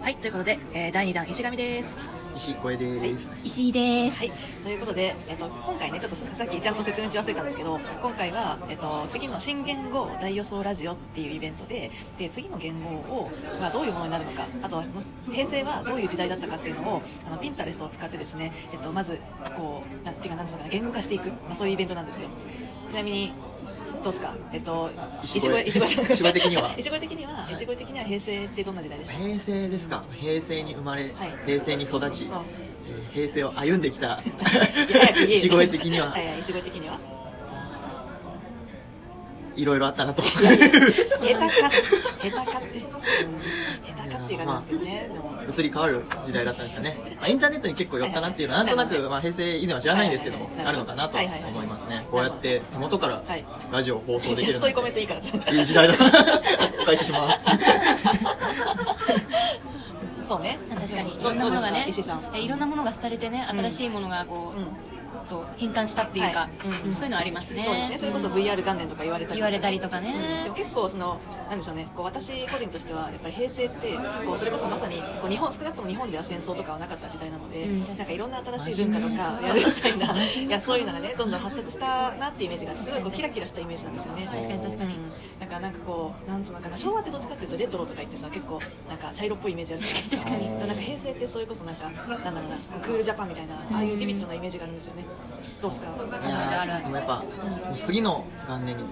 はい、ということで、えー第2弾、石上です。石声です、石井です。はい、ということで、えっと、今回ね、ちょっとさっきちゃんと説明し忘れたんですけど、今回は、えっと、次の新言語大予想ラジオっていうイベントで、で、次の言語を、まあ、どういうものになるのか、あとは、もし平成はどういう時代だったかっていうのを、あの、ピンタレストを使ってですね、えっと、まず、こう、なんていうか、なんですかね、言語化していく、まあ、そういうイベントなんですよ。ちなみに、どうですかえっと、石声石声 石声的には 石声的には、石声的には平成ってどんな時代でした平成ですか平成に生まれ、はい平成に育ち、あえー平成を歩んできた石 石声的にははいはい、石声的には。いろいろあったなと 下手か、下手かって、うん下手かっていう感じですけどね。でも移り変わる時代だったんですよね、まあ、インターネットに結構寄ったなっていうのははないんはといなく、まあ、平成以前は知らないんですけども、はいはいはいあるのかなとはいはいはい思いますね、こうやって手元からはいラジオを放送できる のそういうコメントいいからちょっといい時代だな お返ししますそうね。確かにいどろうんどうなでものすがかね石井さん。えいろんなものが廃れてね新しいものがこう、うんと変換したっていうか、はいうんうんそういうのありますねそうですね。それこそ VR 元年とか言われたりとか、言われたりとかねうんでも結構そのなんでしょうね。こう私個人としてはやっぱり平成ってこうそれこそまさにこう日本少なくとも日本では戦争とかはなかった時代なので、うんなんかいろんな新しい文化とかやるみたい な、いやそういうのがねどんどん発達したなってイメージがあってすごいこうキラキラしたイメージなんですよね。確かに確かに、うん、なんかなんかこうなんつうのかな昭和ってどっちかっていうとレトロとか言ってさ結構なんか茶色っぽいイメージあるじゃないですか確かにでもなんか平成ってそれこそなんかなんだろうなクールジャパンみたいなああいうビビッドなイメージがあるんですよねどうですかいやあるあるーでもやっぱ、もう次の元年に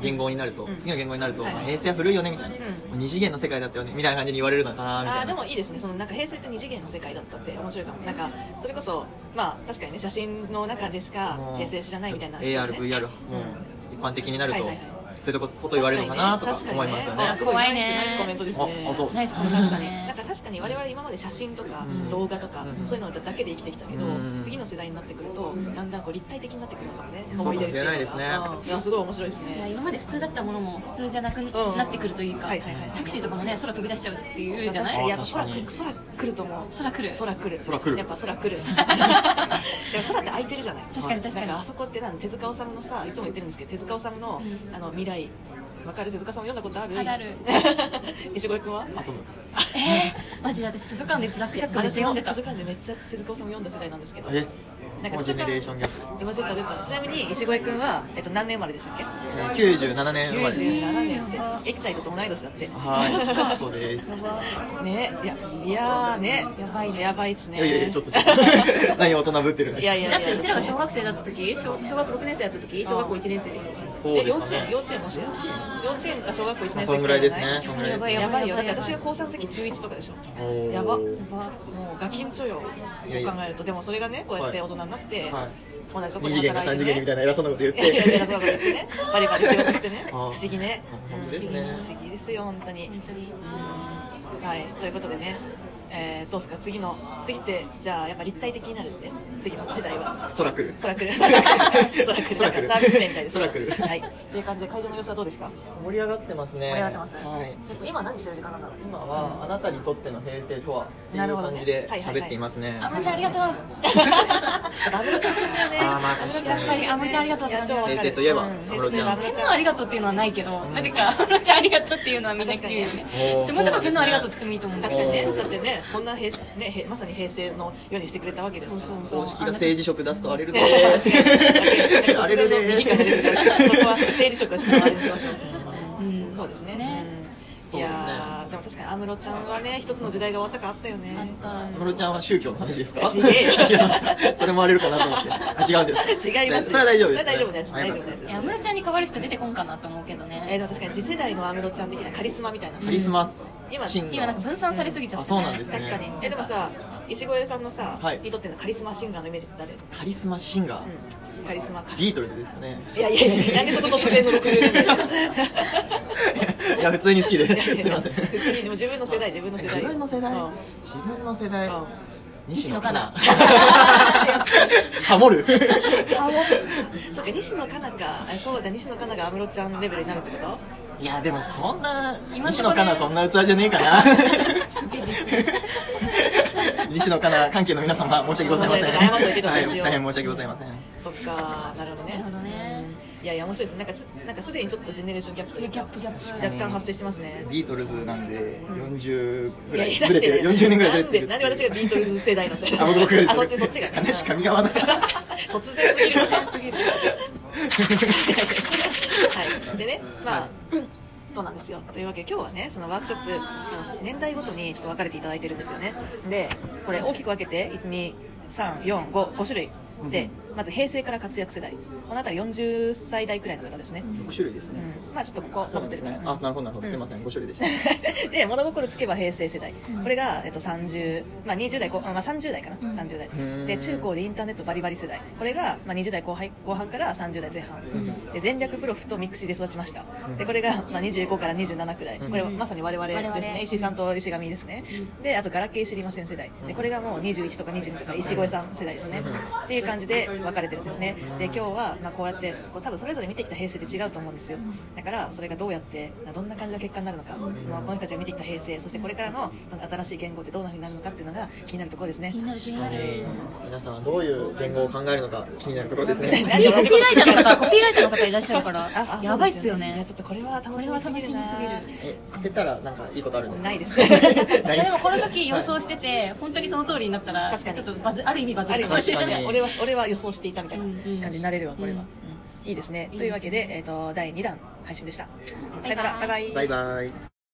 言語になると、うん次の言語になると、はいまあ平成は古いよねみたいな、んもう二次元の世界だったよねみたいな感じに言われるのかなみあたーでいなもいいですねそのなんか平成って二次元の世界だったって面白いかもなんかそれこそまあ確かにね写真の中でしかもう平成知らないみたいな人ね ARVR もう一般的になると、はいはいはいそういうことこと言われるのかなとか思いますよ確かねにあすごい怖ナイいスねナイスコメントですねああそうっすナイスコメント確かだに、なねんか確かに我々今まで写真とかうん動画とか、うんそういうのだけで生きてきたけど、うん次の世代になってくると、だんだんこう立体的になってくるのかもね、うん思い出っていうのがそうかもしれないうですねんいやすごい面白いですいやね今まで普通だったものも普通じゃなくうんなってくるというか、はいはいはいタクシーとかもね空飛び出しちゃうっていいうやじゃな確いかにやっぱ確か空に来る空来ると思う空来る空来る空来るやっぱ空来るでも空って空いてるじゃない確かに確かになんかあそこってなん手塚治虫のさいつも言ってるんですけど手塚治虫の,、うあの未来わかる手塚さんも読んだことあるあるある 石越君はアトムえー、マジで私図書館でブラックジャックめっ私ちゃ読もんで図た書館でめっちゃ手塚治虫読んだ世代なんですけどえなんもかう図ジ書館ェネレーションギャップです今出た出たちなみに石越くんは、えっと、何年生まれでしたっけえー97年生まれです97年ってエキサイトと同い年だってはいそうですねいやいやーねやばいねやばいっすいねやいやいやちょっとちょっと何大人ぶってるんで すいかやいやいやだってうちらが小学生だった時小小学6年生だった時小学校1年生でしょそうえで幼す稚園かね幼稚園もし幼稚園幼稚園か小学校1年生まあそんぐらいですねそんぐらいですねやばいよだやばっいて私が高3の時中1とかでしょおーやばもやばもうガキンチョよこうい考やいやえるとでもそれがねこうやって大人になってはい同じとこ二で次元が三働い次て元みたいな偉そうなこと言っい やいやいやてそうやってねバリバリ仕事してねあー不思議ね本当ですね不思議ですよ本当うに本当にはいということでねえー、どうですか次の次ってじゃあやっぱ立体的になるって次の時代は空来る空 来る空来る空来るなんかサービス面みたいです空来るはいっていう感じで会場の様子はどうですか盛り上がってますね盛り上がってますはい今何してる時間なんだろう今はあなたにとっての平成とはっていなるうほどね感じで喋っていますねあむちゃんありがとうラムちゃんですよね。あーまあ確かでにすよねやっぱり安室ちゃんありがとうって感じいや超わかる平成といえばうん安室ちゃん安天室皇ありがとうっていうのはないけど、なぜか、ロちゃんありがとうっていうのはみんな言うよね確かに。じゃあもうちょっと天皇ありがとうって言ってもいいと思う。確かにね、だってね、こんな平成ね、へまさに平成のようにしてくれたわけですから。そうそう 公式が政治色出すと荒れるで違う。 荒れるで右か左 でしょうか。そこは政治色はちょっとあれにしましょう。うんそうですね。ねうんいやーでも確かに安室ちゃんはね一つの時代が終わったかあったよねあったムロちゃんは宗教の話ですか違えよ 違いますそれも荒れるかなと思ってあ違うんです 違いますそれは大丈夫ですそれは大丈夫なやつ大丈夫なやついや、ムロちゃんに代わる人出てこんかなと思うけどえーね。でも確かに次世代の安室ちゃん的なカリスマみたいなカリスマス今シン今なガんーか分散されすぎちゃっあて、そうなんですね確かにえでもさ石越さんのさ、はいにとってのカリスマシンガーのイメージって誰、カリスマシンガーうん、カリスマ歌手ジートルでです ねいやいやいや、なんでそこ突然の60年代いや普通に好きでいや すい ません別に自分の世代、自分の世代。自分の世代うん自分の世代うん西野野カカナナ ハモるあ、もう。そうか、西野カナか。あそうじゃ、西野カナが安室ちゃんレベルになるってこといやでもそんな今の西と野こねカナそんな器じゃねえかな 西野カナ関係の皆様申し訳ございません謝っといてはい一応大変申し訳ございませんそっか、なるほどなるね。ほどね。いやいや面白いですねなんかつなんかすでにちょっとジェネレーションギャップといいやうギャかップギャップ若干発生してますねビートルズなんで40ぐらいいやずれてるなんで40年ぐらいずれてるなんでなんで私がビートルズ世代なんだよあ僕僕ですあそっちそっちが話噛み合わない 突然すぎるすぎるはい、でね、まあ、そうなんですよ。というわけで、今日はね、そのワークショップ、あの年代ごとにちょっと分かれていただいてるんですよね。で、これ大きく分けて、1、2、3、4、5、5種類。で、まず平成から活躍世代。このあたり40歳代くらいの方ですね。 5種類ですうねん、まあちょっとここそ残うっなんてでるかすらね。あなるほどなるほどすいません5種類でした で物心つけば平成世代、これが、えっと、30、まあ、20代後半、まあ、30代かな、ん30代んで中高でインターネットバリバリ世代これが、まあ、20代後半後半から30代前半、で全略プロフとミクシーで育ちました、でこれが、まあ、25から27くらいこれはまさに我々ですね、我々石井さんと石上ですね、であとガラケー知りません世代でこれがもう21とか22とか石越さん世代ですね、っていう感じで分かれてるんですねで今日は、まあ、こうやってこう多分それぞれ見てきた平成って違うと思うんですよだからそれがどうやってどんな感じの結果になるのかそのこの人たちが見てきた平成そしてこれからの新しい言語ってどんなふうになるのかっていうのが気になるところですね気になる気になる皆さんはどういう言語を考えるのか気になるところですね 何をコピーライターの方コピーライターの方いらっしゃるからああやばいっすよそうでいやねちょっとこれは楽しみすぎるなこれは楽しみえ当てたらなんかいいことあるんですかないです ないいやで ですもかこの時予想してて本当にその通りになったら確ちかょにっとバズある意味バズあるれかかももししれれなないい俺は俺は予想していたみたいな感じになれるわうんこれは、うんいいですねというわけで、えっと第2弾配信でしたさよならバイバイバイバイ